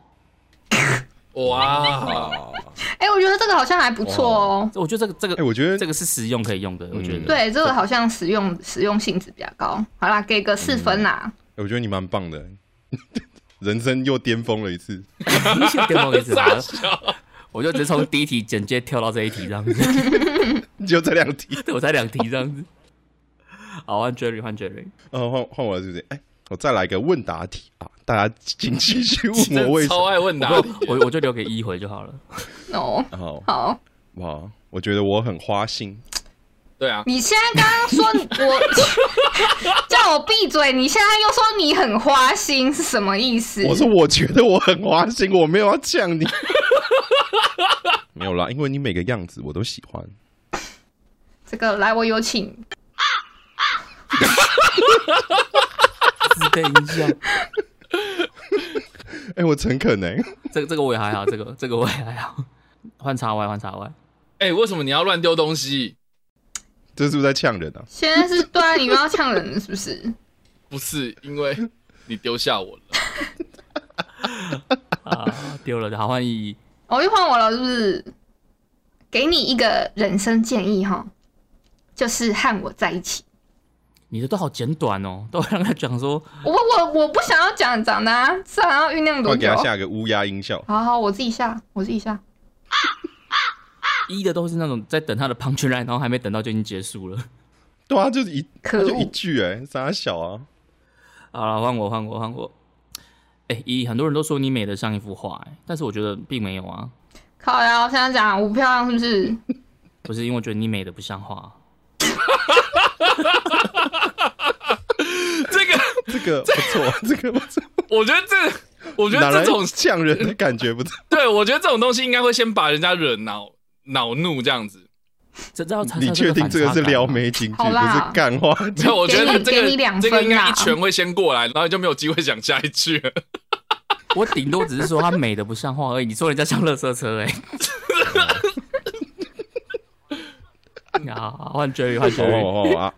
D: *laughs* 哇，
A: *laughs* 哎、我觉得这个好像还不错哦。
B: 我觉得这个这个、
E: 哎、我觉得
B: 这个是实用可以用的，我觉得。 *laughs*
A: 对，这个好像实用实用性质比较高。好啦，给个四分啦。
E: 我觉得你蛮棒 *laughs* 的，人生又巅峰了一次。啊
B: 对，不好意思，
D: 傻笑。
B: 我就直接从第一题简介跳到这一题这样子。 *laughs*
E: 就这两题。
B: 对我才两题这样子。好，换 Jerry，换 Jerry。
E: 哦，换换我了，是不是？哎，我再来个问答题啊！大家请
D: *laughs*
E: 继续问
D: 真
E: *laughs* 我为
D: 的
E: 什
D: 超
E: 么。
D: 爱问答
B: 我
D: 题，
B: 我我就留给一回就好了。
A: 哦，
E: 好
A: 好，
E: 哇，我觉得我很花心。
D: 对啊，
A: 你现在刚刚说
E: *laughs*
A: 我叫我闭嘴，你现在又说你很花心，是什么意思？
E: 我说我觉得我很花心，我没有要呛你。 *laughs* 没有啦，因为你每个样子我都喜欢。
A: 这个来，我有请。
B: *laughs* 自带音效，
E: 哎、我诚恳哎、
B: *laughs* 这个这个我也还好，这个这个我也还好。换叉 Y，换叉 Y。
D: 哎，为什么你要乱丢东西？
E: 这是不是在呛人啊？
A: 现在是对啊，你们要呛人了是不
E: *laughs*
A: 是？
D: 不是因为你丢下我了，
B: 啊，丢了，好换一。
A: 哦，又换我了，是不是？给你一个人生建议哈，就是和我在一起。
B: 你的都好简短哦，都让他讲说
A: 我我我不想要讲长的、啊，这还要酝酿多
E: 我给
A: 久
E: 他？下个乌鸦音效。
A: 好好，我自己下，我自己下。
B: 一的都是那种在等他的 punch line，然后还没等到就已经结束了。
E: 对啊，就是一
A: 可恶
E: 就一句哎、傻小啊。
B: 好了，换我，换我，换我。哎、一，很多人都说你美得像一幅画、哎，但是我觉得并没有啊，
A: 靠呀！我现在讲我不漂亮是不是？
B: 不是因为我觉得你美得不像画。
D: 这个
E: 这个不
D: *laughs*
E: 错，这个不错，
D: 我觉得这，我觉
E: 哪
D: 得
E: 来
D: 这种
E: 呛人的感觉不错。
D: 对，我觉得这种东西应该会先把人家惹恼恼怒这样子。
B: 这啊这要擦
E: 你确定这个是撩
B: 妹？
E: 妹金句，不
A: 好啦
E: 是干话金句？
D: 所以我觉得
A: 给你
D: 这
A: 给你两
D: 个这
A: 分啦
D: 个应该一拳会先过来，然后你就没有机会讲下一句了。
B: 我顶多只是说她美的不像话而已。你说人家像垃圾车哎、欸？好，换 Jerry，换 Jerry。
E: *laughs* 哦哦哦啊！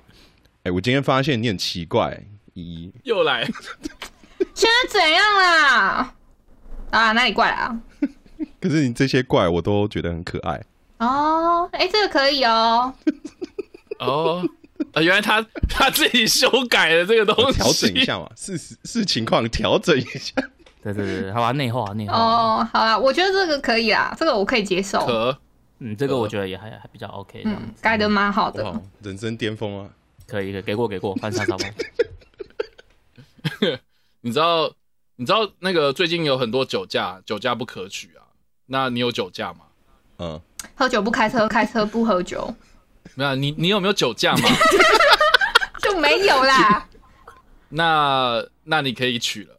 E: 哎、我今天发现你很奇怪，咦？
D: 又来，
A: 现在怎样啦？啊，哪里怪啦？
E: 可是你这些怪我都觉得很可 *laughs* 爱。
A: 哦，哎、这个可以哦。
D: 哦，啊，原来他 *laughs* 他自己修改了这个东
E: 我
D: 西，
E: 调整一。下嘛，哦是是情况调整一 *laughs* 下。
B: 对对对，对好吧，啊内化内化。
A: 哦，好啦，我觉得这个可以啊啦，这个我可以接受。
D: 啊可啊
B: 嗯，这个我觉得也还还比较 OK 这样
A: 嗯
B: 子。，
A: 改的蛮好的。
E: 哇，人生巅峰啊！
B: 可以可以，给过给过，翻沙沙包。
D: 你知道你知道那个最近有很多酒驾，酒驾不可取啊。那你有酒驾吗？
E: 嗯，
A: 喝酒不开车，开车不喝
D: *laughs*
A: 酒，
D: 没有，你你有没有酒驾嘛？
E: *laughs*
A: 就没有啦。
D: 那那你可以取了。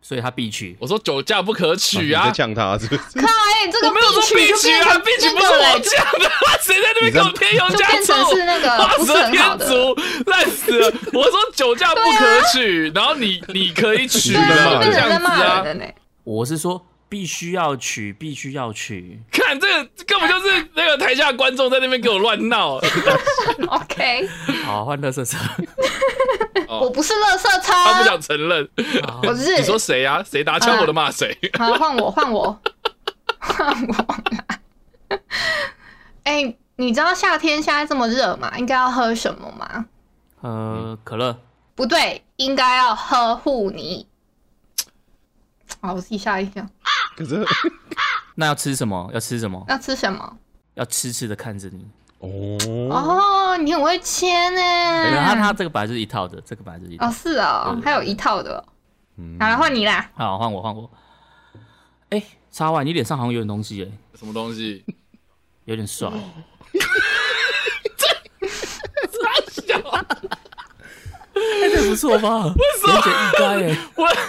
B: 所以他必取。
D: 我说酒驾不可取
E: 你
D: 啊
E: 在，呛他是不是？ *laughs*
A: 靠，哎，这个
D: 我没有说
A: 曲
D: 必
A: 就
D: 取
A: 变
D: 啊，
A: 成
D: 必取不
A: 那
D: 是
A: 个
D: 我
A: 嘞
D: 讲的，谁在那边给我添油
A: 就
D: 加
A: 变
D: 醋？
A: 成是那个
D: 画
A: 不是
D: 蛇
A: 很好
D: 添
A: 的。
D: 足，烂死了！我说酒驾不可取，
A: 啊
D: 然后你你可以取
A: 对啊，
D: 了，
A: 变
D: 这
A: 成在
D: 样子
A: 骂
D: 啊！
A: 人了呢。
B: 我是说必须要取，必须要取。
D: 看这个根本就是那个台下观众在那边给我乱
B: *laughs* 啊
D: 闹，啊
A: OK，
B: 好，换垃圾车。
A: 我不是垃圾
D: 啊他不
A: 车，
D: 想承认。
B: 好
A: 我是
D: 你说谁啊？谁打枪我都骂谁。
A: 好，换我，换我，换我啦！ *laughs* 哎、你知道夏天现在这么热嘛，应该要喝什么吗？
E: 嗯
B: 呃，可乐。
A: 不对，应该要喝护泥。好，我自己下一项。
E: 可是
B: 那要吃什么？要吃什么？
A: 要吃什么？
B: 要痴痴的看着你。
E: 哦，
A: 哦，你很会切呢、
B: 然嗯后他他这个本来就是一套的，这个本来就是一套
A: 哦，。是哦，还有一套的哦、
E: 嗯
A: 好了，换你啦。
B: 好，换我换我。哎、插万，你脸上好像有点东西哎、
D: *laughs* 什么
B: *laughs*
D: 东西？
B: 有点
D: *laughs*
B: 爽。
D: 哎
B: 这这不错吧？言简意赅哎。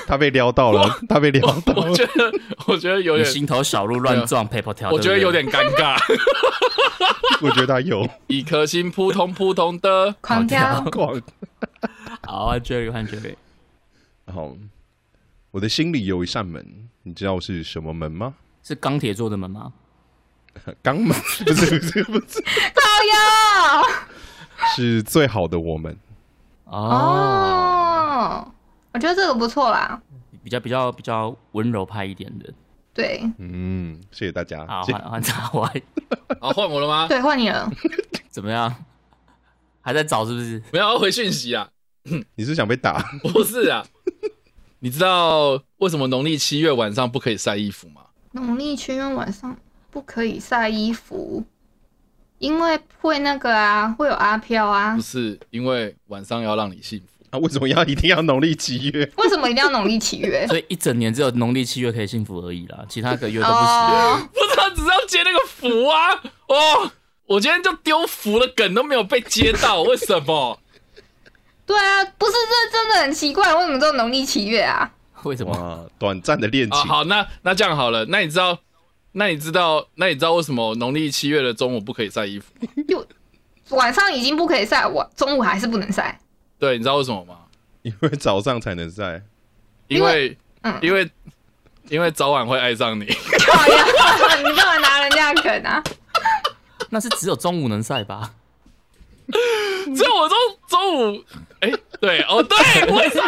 E: 他被撩到了，他被撩到
D: 我
E: 了。
D: 觉得我觉得有
B: 你
D: 点，
B: 心头小鹿乱撞，paper 条。
D: 我觉得
B: 对不
D: 有
B: 对
D: 点尴尬。 *laughs*
E: *laughs* 我觉得他有
D: 一颗心扑通扑通的，
A: 狂
B: 好
A: 飙，
E: *laughs* 逛。
B: 好啊，Jerry 换 Jerry。
E: 好，我的心里有一扇门，你知道是什么门吗？ *laughs*
B: 是钢铁做的门吗？
E: 肛门 *laughs* 不是不是不是， *laughs*
A: *laughs* 靠腰。
E: 是最好的我们。
B: 哦，
A: 哦，我觉得这个不错啦。
B: 比较比较比较温柔派一点的。
A: 对
E: 嗯，谢谢大家。
B: 好，
E: 谢
B: 换换叉 Y，
D: 好换我了吗？
A: 对，换你了。
B: 怎么样？还在找是不是？
D: 没有要回讯息啊，
E: 你是想被打？ *laughs*
D: 不是啊。你知道为什么农历七月晚上不可以晒衣服吗？
A: 农历七月晚上不可以晒衣服，因为会那个啊，会有阿飘啊
D: 不。是因为晚上要让你幸福， *laughs*
E: 啊，为什么要一定要农历七
A: *laughs*
E: 月？
A: 为什么一定要农历七
B: *laughs*
A: 月？
B: 所以一整年只有农历七月可以幸福而已啦，其他个月都不行。
A: 哦，
D: 不是他只是要接那个福啊！哦，我今天就丢福的梗都没有被接到，为什么？
A: 对啊，不是这真的很奇怪，为什么只有农历七月啊？
B: *laughs* 为什么？
E: 哇，短暂的恋情
D: 啊，，好，那那这样好了，那你知道，那你知道，那你知道为什么农历七月的中午不可以晒衣服？
A: 晚上已经不可以晒，晚中午还是不能晒。
D: 对，你知道为什么吗？
E: 因为早上才能晒。
D: 因为，
A: 嗯
D: 因为，因为早晚会爱上你。 *laughs*
A: 靠呀，你干嘛拿人家的梗啊？
B: 那是只有中午能晒吧？ *laughs*
D: 只有我中中午，哎、对，哦，
A: *laughs*
D: 对，为啥？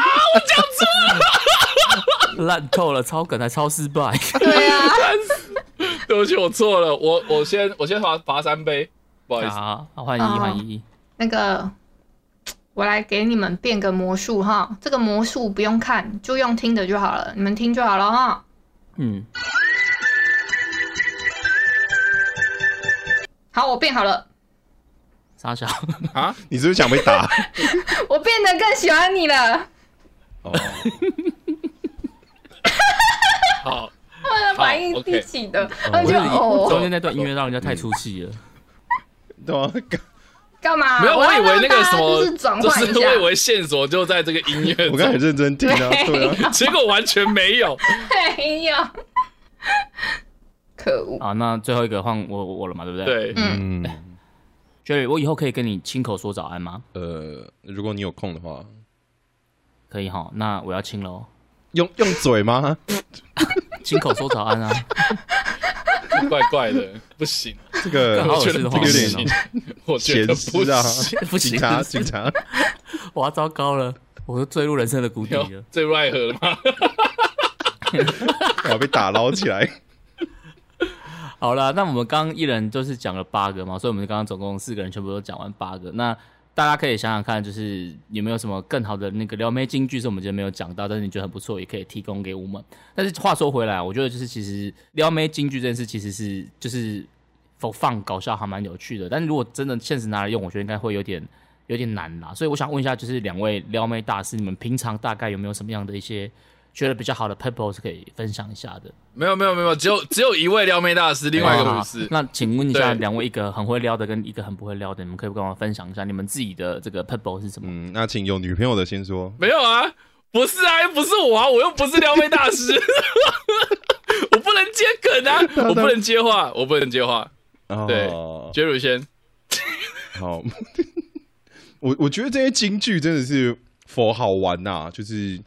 B: 烂透了，超梗还超失败。
A: 对啊，
D: 对不起，我错了，我我先我先罚罚三杯， *laughs* 不好意
B: *laughs*
D: 思。
E: 啊
B: 好，好换一
A: 哦
B: 换一。
A: 那个，我来给你们变个魔术哈，这个魔术不用看，就用听的就好了，你们听就好了哈。
B: 嗯，
A: 好，我变好了，
B: 傻小，
D: 啊
E: 你是不是想被打？
A: 我变得更喜欢你了。 *laughs*
E: 哦，
D: 好，
A: 他的反应
D: 好，OK
A: 一起的，他
B: 我
A: 们就
B: 觉得中
A: 哦
B: 间那段音乐让人
D: 嗯
B: 家太出戏了。
E: 对啊，
A: 干嘛？
D: 没有，我
A: 啊要
D: 以为那
A: 让大
D: 个什
A: 家
D: 么
A: 就是，转
D: 就
A: 换
D: 是
A: 一
D: 我以
A: 下，
D: 为线索就在这个音乐
E: 我刚才很
D: 中，
E: 认真听啊，对啊，
D: *laughs* 结果完全没有。
A: 没有，可恶。
B: 啊，那最后一个换我我了嘛，对不对？
D: 对，
A: 嗯，
E: 嗯，
B: ，Jerry，我以后可以跟你亲口说早安吗？
E: 呃，如果你有空的话，
B: 可以哈，那我要亲喽，
E: 用用嘴吗？
B: 亲口说早
D: *laughs*
B: 安啊，
D: 怪怪的，不行，
E: 这个
B: 好
D: 我
B: 恶
D: 觉
B: 心
D: 得
B: 的
D: 不
B: 画面
D: 行
B: 哦，
D: 我觉
E: 闲
D: 得不
E: 事啊
D: 行。，
B: 不行
E: 警察
B: 不行
E: 警察，
B: 我要糟糕了，我都坠入人生的谷底
D: 有
B: 了。
D: 最 right 了吗？
E: 我要被打捞起来。
B: *laughs* 好了，那我们刚刚一人就是讲了八个嘛，所以我们刚刚总共四个人全部都讲完八个。那大家可以想想看，就是有没有什么更好的那个撩妹金句是我们今天没有讲到，但是你觉得很不错，也可以提供给我们。但是话说回来，我觉得就是其实撩妹金句这件事其实是就是否放搞笑还蛮有趣的，但是如果真的现实拿来用，我觉得应该会有点有点难啦。所以我想问一下，就是两位撩妹大师，你们平常大概有没有什么样的一些觉得比较好的 purpose 可以分享一下的？
D: *laughs* 没有没有没有，只有只有一位撩妹大师，另外一个不
B: 好
D: 是。
B: 哦那请问一下，
D: 对
B: 两位一个很会撩的跟一个很不会撩的，你们可以跟我分享一下你们自己的这个 purple 是什么？
E: 嗯，那请有女朋友的先说。
D: 没有啊，不是啊，又不是我啊，我又不是撩妹大师， *laughs* 我不能接梗啊，我不能接话，我不能接话。对
E: 哦，
D: 杰瑞先，
E: 好， *laughs* 我我觉得这些京剧真的是佛好玩呐、就是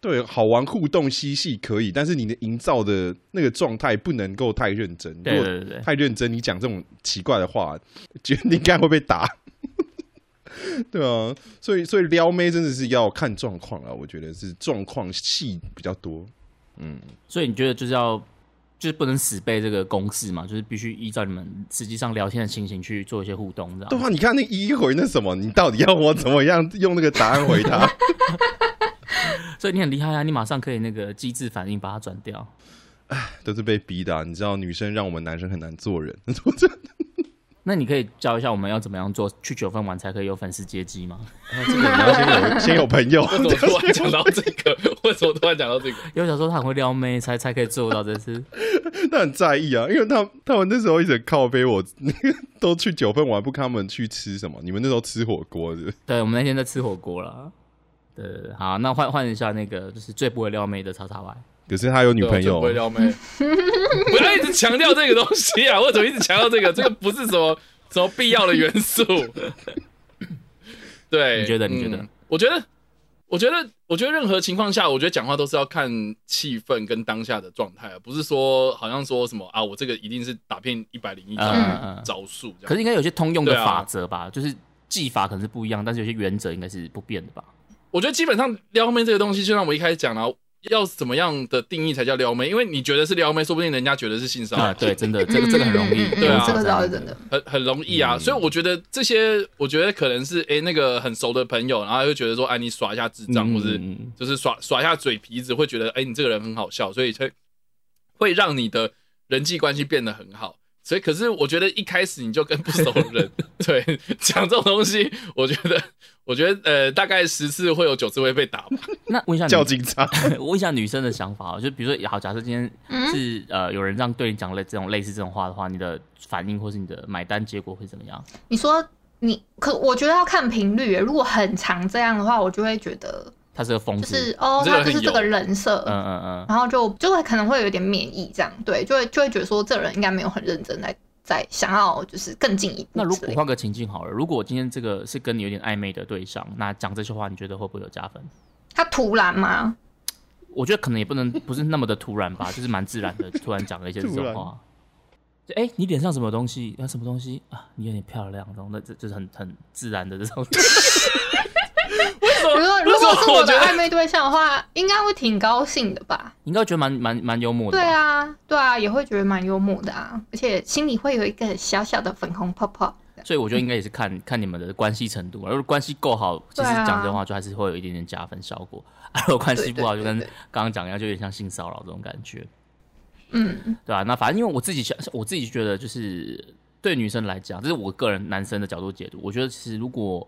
E: 对好玩互动嬉戏可以，但是你的营造的那个状态不能够太认真。
B: 对
E: 如果
B: 对对对，
E: 太认真，你讲这种奇怪的话， *laughs* 觉得你应该会被打。 *laughs* 对啊，所以所以撩妹真的是要看状况啊，我觉得是状况戏比较多。
B: 所以你觉得就是要就是不能死背这个公式嘛，就是必须依照你们实际上聊天的情形去做一些互动，这
E: 对
B: 样。
E: 啊，你看那一回那什么，你到底要我怎么样用那个答案回答？
B: 所以你很厉害啊，你马上可以那个机智反应把它转掉。
E: 都是被逼的、啊，你知道，女生让我们男生很难做人。 *laughs*
B: 那你可以教一下我们要怎么样做去九分完才可以有粉丝接机吗？ *laughs*
E: 你要先有先有朋
D: *laughs*
E: 友，
D: 为什么啊突然讲到这个？ *laughs* 为什么突然讲到这个？
B: 因为我想说他很会撩妹，才才可以做到这次。
E: *laughs*
D: *laughs*
E: 他很在意啊，因为他他们那时候一直靠背我， *laughs* 那个都去九份玩，不跟他们去吃什么？你们那时候吃火锅是不是？
B: 对，我们那天在吃火锅了。对对对，好，那换换一下那个就是最不会撩妹的叉叉 Y。
E: 可是他有女
D: 对我
E: 朋
D: 就
E: 友
D: 不，会撩妹， *laughs* 不要一直强调这个东西啊！为什么一直强调这个？这个不是什么什么必要的元素。对，
B: 你觉得你觉得
D: 嗯我觉得，我觉得，我觉得任何情况下，我觉得讲话都是要看气氛跟当下的状态啊，不是说好像说什么啊，我这个一定是打遍一百零一
B: 嗯嗯
D: 招
B: 嗯
D: 招数这
B: 可
D: 样。
B: 是应该有些通用的
D: 对啊
B: 法则吧，就是技法可能是不一样，但是有些原则应该是不变的吧。
D: 我觉得基本上撩妹这个东西，就像我一开始讲了。要怎么样的定义才叫撩妹？因为你觉得是撩妹，说不定人家觉得是性骚扰。
B: 啊，对，真的，这个这个很容易
A: 嗯嗯，嗯
D: 对啊
A: 这个倒是真的。。
D: 很很容易
B: 嗯
D: 啊，所以我觉得这些，我觉得可能是诶那个很熟的朋友，然后就觉得说，哎，你耍一下智障，
B: 嗯
D: 或是
B: 嗯嗯
D: 就是耍耍一下嘴皮子，会觉得哎、你这个人很好笑，所以才会让你的人际关系变得很好。所以，可是我觉得一开始你就跟不熟的
B: *laughs*
D: 人对讲这种东西，我觉得，我觉得呃，大概十次会有九次会被打吧。
B: 那问一下
E: 叫
B: 你，
E: 警察，
B: *laughs* 我问一下女生的想法哦，就比如说，好，假设今天是、
A: 嗯
B: 呃有人让对你讲类这种类似这种话的话，你的反应或是你的买单结果会怎么样？
A: 你说你可，我觉得要看频率耶。如果很长这样的话，我就会觉得
B: 他嗯是个疯
A: 就
B: 子，
A: 是呃哦，
D: 这个
A: 他
D: 人
A: 就是这
D: 有
A: 个人设，
B: 嗯嗯
A: 然后就就会可能会有点免疫这样，对，就会就会觉得说这人应该没有很认真在在想要就是更进一步之类的。
B: 那如果换个情境好了，如果今天这个是跟你有点暧昧的对象，那讲这些话，你觉得会不会有加分？
A: 他突然吗？
B: 我觉得可能也不能 *laughs* 不是那么的突然吧，就是蛮自然的，突然讲了一些这种话。就哎、你脸上什么东西？啊，什么东西啊？你有点漂亮，然后那这就是很很自然的这种。 *laughs*
A: 如果如
D: 为
A: 果
D: 什
A: 是
D: 么我
A: 我的
D: 觉得
A: 暧昧对象的话，应该会挺高兴的吧？
B: 你应该觉得蛮蛮蛮幽默的
A: 对
B: 吧？
A: 啊，对啊，也会觉得蛮幽默的啊，而且心里会有一个小小的粉红泡泡。
B: 所以我觉得应该也是看看你们的关系程度啊嘛。如果关系够好，其实
A: 对啊
B: 讲这话就还是会有一点点加分效果。啊，如果关系
A: 对对
B: 不好，就跟
A: 对对
B: 刚刚讲一样，就有点像性骚扰这种感觉，
A: 嗯，
B: 对啊，那反正因为我自己想，我自己觉得就是对女生来讲，这是我个人男生的角度解读。我觉得其实如果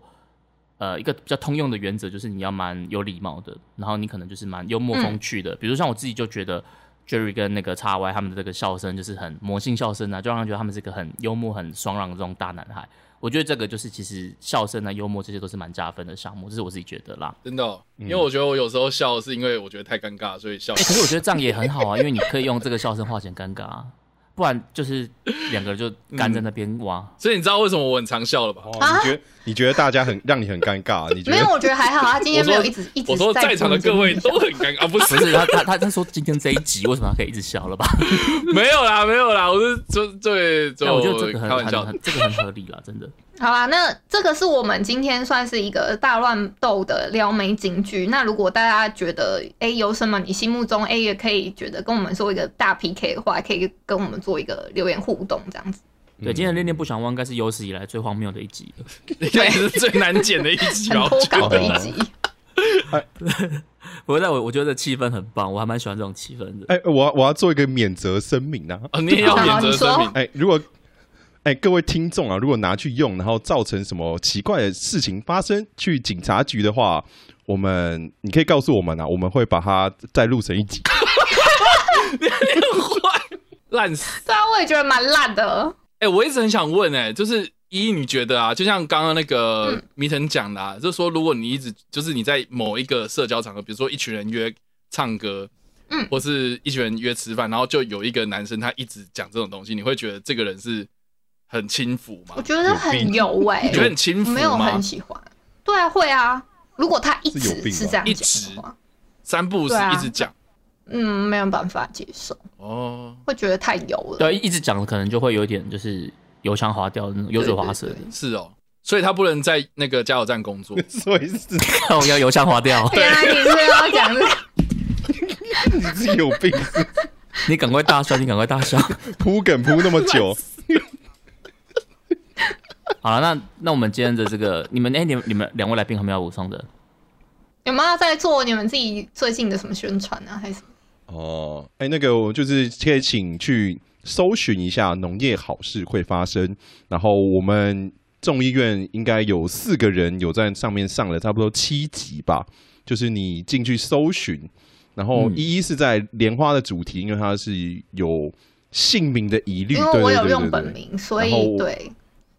B: 呃一个比较通用的原则就是你要蛮有礼貌的，然后你可能就是蛮幽默风趣的。比如像我自己就觉得 Jerry 跟那个 X Y 他们的这个笑声就是很魔性笑声啊，就让人觉得他们是个很幽默、很爽朗的这种大男孩。我觉得这个就是其实笑声啊、幽默这些都是蛮加分的项目，这是我自己觉得啦。
D: 真的哦、
B: 嗯
D: 因为我觉得我有时候笑是因为我觉得太尴尬，所以笑
B: *laughs* 欸。可是我觉得这样也很好啊，因为你可以用这个笑声化解尴尬、啊，不然就是两个人就干在那边哇。
D: 所以你知道为什么我很常笑了吧？
E: 哦你觉得你觉得大家很让你很尴尬？啊你
A: 啊
E: 觉
A: 没有，
E: 得
A: 我觉得还好，啊他今天没有一直一直
D: 我说在场的各位
A: 攻击
D: 都很尴尬，啊
B: 不
D: 不是
B: 是他他他他说今天这一集为什么他可以一直笑了吧？
D: *laughs* 没有啦，没有啦，我是就对，就
B: 但哎我觉得这个
D: 开玩
B: 很
D: 笑
B: 很
D: 的。
B: 很这个很合理啦，真的。
A: 你。好啦，啊那这个是我们今天算是一个大乱斗的撩妹金句。那如果大家觉得哎、有什么你心目中哎、也可以觉得跟我们做一个大 PK 的话，可以跟我们做一个留言互动这样子。
B: 对，今天的恋恋不想忘应该是有史以来最荒谬的一集了。
D: *laughs* 应该是最难剪的一集
A: 很
D: 吧？
A: 脱稿的
E: 觉
A: 一
E: 得
A: 集，
B: 不过但我我觉得气氛很棒，我还蛮喜欢这种气氛的。
E: 哎，我要我要做一个免责声明啊！
D: 哦，你也要免责声明
A: 好，
E: 哎，如果哎各位听众啊，如果拿去用，然后造成什么奇怪的事情发生，去警察局的话，我们你可以告诉我们啊，我们会把它再录成一集。 *laughs*
D: *laughs* 烂死！
A: 对啊，我也觉得蛮烂的。哦
D: 哎，我一直很想问，哎，就是依依你觉得啊，就像刚刚那
A: 嗯
D: 个迷腾讲的，啊，就是说如果你一直就是你在某一个社交场合，比如说一群人约唱歌，
A: 嗯
D: 或是一群人约吃饭，然后就有一个男生他一直讲这种东西，你会觉得这个人是很轻浮吗
A: 我？觉得很油哎、
D: 你觉得很轻浮
A: 我没有
D: 吗
A: 很？喜欢。对啊，会啊。如果他一
E: 是有
A: 直
E: 病吧
A: 是这样
D: 一
A: 讲
D: 直
A: 的话，
D: 三不五时
A: 对啊
D: 一直讲
A: 嗯，没有办法接受，
D: 哦，
A: 会觉得太油了。
B: 对，啊一直讲可能就会有一点就是油腔滑调，那种油嘴滑舌
A: 对对。对
D: 是哦，所以他不能在那个加油站工作。
E: 所以是
B: 看我哦要油腔滑调， *laughs*
A: 原来哎你是要讲这个， *laughs*
E: 你自己有病，是
B: 你赶快大笑，你赶快大笑。
E: 铺梗铺那么久，
B: 好了，那那我们今天的这个，你们哎、你们你们两位来宾还没有要补充的？
A: 有没有在做你们自己最近的什么宣传啊？还是什么
E: 哦，哎，那个我就是可以请去搜寻一下农业好事会发生，然后我们众议院应该有四个人有在上面上了差不多七集吧，就是你进去搜寻，然后
B: 嗯
E: 一一是在莲花的主题，因为它是有姓名的疑虑，
A: 因为
E: 对
A: 哦我
E: 对
A: 有
E: 对
A: 用
E: 对
A: 本
E: 对
A: 名，所
E: 然后
A: 以
E: 我
A: 对，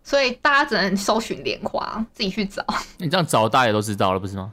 A: 所以大家只能搜寻莲花，自己去找。 *laughs*
B: 你这样找大家也都知道了，不是吗？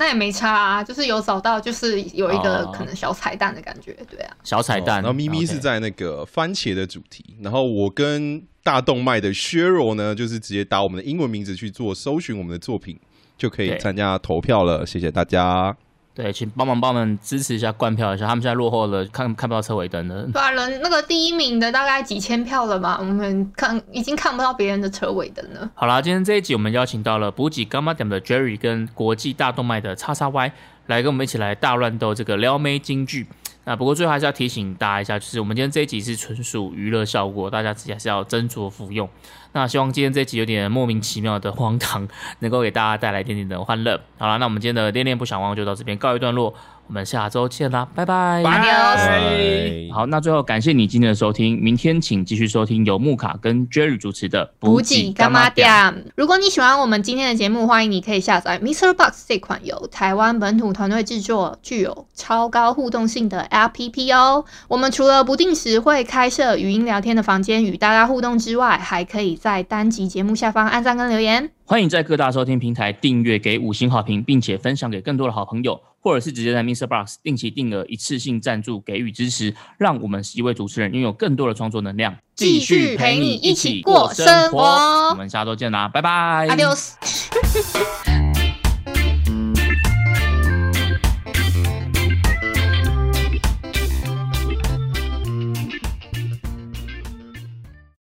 A: 那也没差啊，就是有找到，就是有一个
B: 哦
A: 可能小彩蛋的感觉，对啊。
B: 小彩蛋，
E: 哦然后咪咪
B: OK
E: 是在那个番茄的主题，然后我跟大动脉的削弱呢，就是直接打我们的英文名字去做搜寻我们的作品，就可以
B: 对
E: 参加投票了。谢谢大家。
B: 对，请帮忙帮我们支持一下，灌票一下，他们现在落后了，看看不到车尾灯了。
A: 对啊，人那个第一名的大概几千票了吧？我们看已经看不到别人的车尾灯了。
B: 好啦，今天这一集我们邀请到了补给干妈点的 Jerry 跟国际大动脉的叉叉 Y 来跟我们一起来大乱斗这个撩妹金句。那不过最后还是要提醒大家一下，就是我们今天这一集是纯属娱乐效果，大家自己还是要斟酌服用。那那希望今天这集有点莫名其妙的荒唐，能够给大家带来一点点的欢乐。好了，那我们今天的恋恋不想忘就到这边告一段落，我们下周见啦，拜拜。
E: 哎拜。
B: 好，那最后感谢你今天的收听，明天请继续收听由木卡跟 Jerry 主持的《
A: 补给干妈店。如果你喜欢我们今天的节目，欢迎你可以下载 Mr. Box 这款由台湾本土团队制作、具有超高互动性的 APP 哦。我们除了不定时会开设语音聊天的房间与大家互动之外，还可以在单集节目下方按赞跟留言。
B: 欢迎在各大收听平台订阅、给五星好评，并且分享给更多的好朋友，或者是直接在 Mr. Box 定期定额一次性赞助给予支持，让我们十一位主持人拥有更多的创作能量，
A: 继续陪你一起过生活
B: 我们下周见啦，拜拜。
A: Adios。